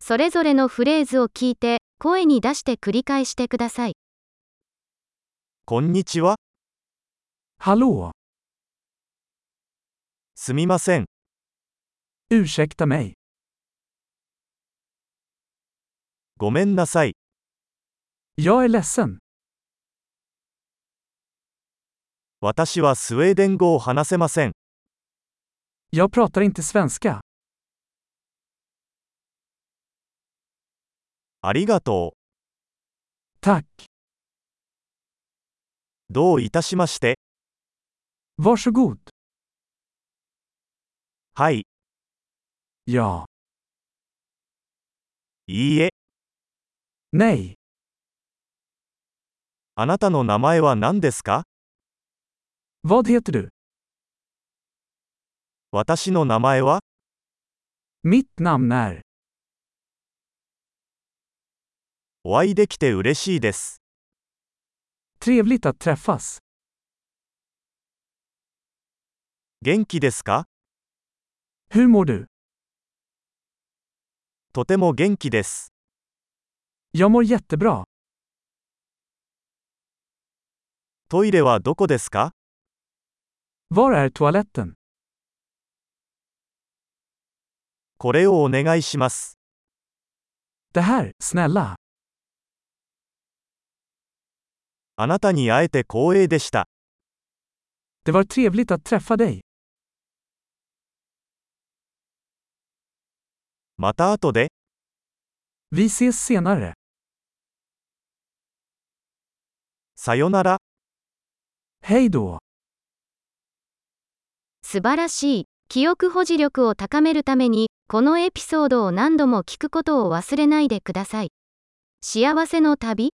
それぞれのフレーズを聞いて、声に出して繰り返してください。こんにちは、 Hallå! すみません、 Ursäkta mig. ごめんなさい、 Jag är ledsen. 私はスウェーデン語を話せません、 Jag pratar inte svenska. ありがと Tack. う、どういたしまして、 Varsågod. はい、 Ja. いいえ、 Nej. あなたの名前は何ですか Vad heter du? 私の名前は、 Mitt namn är. お会いできて嬉しいです。 Trevligt att träffas. 元気ですか Hur mår du? とても元気です。 Jag mår jättebra. トイレはどこですか Var är toaletten? これをお願いします。 Det här, snälla. あなたに会えて光栄でした。 Det var trevligt att träffa dig. また後で、 Vi ses senare. さよなら。 Hej då! 素晴らしい。記憶保持力を高めるために、このエピソードを何度も聞くことを忘れないでください。幸せの旅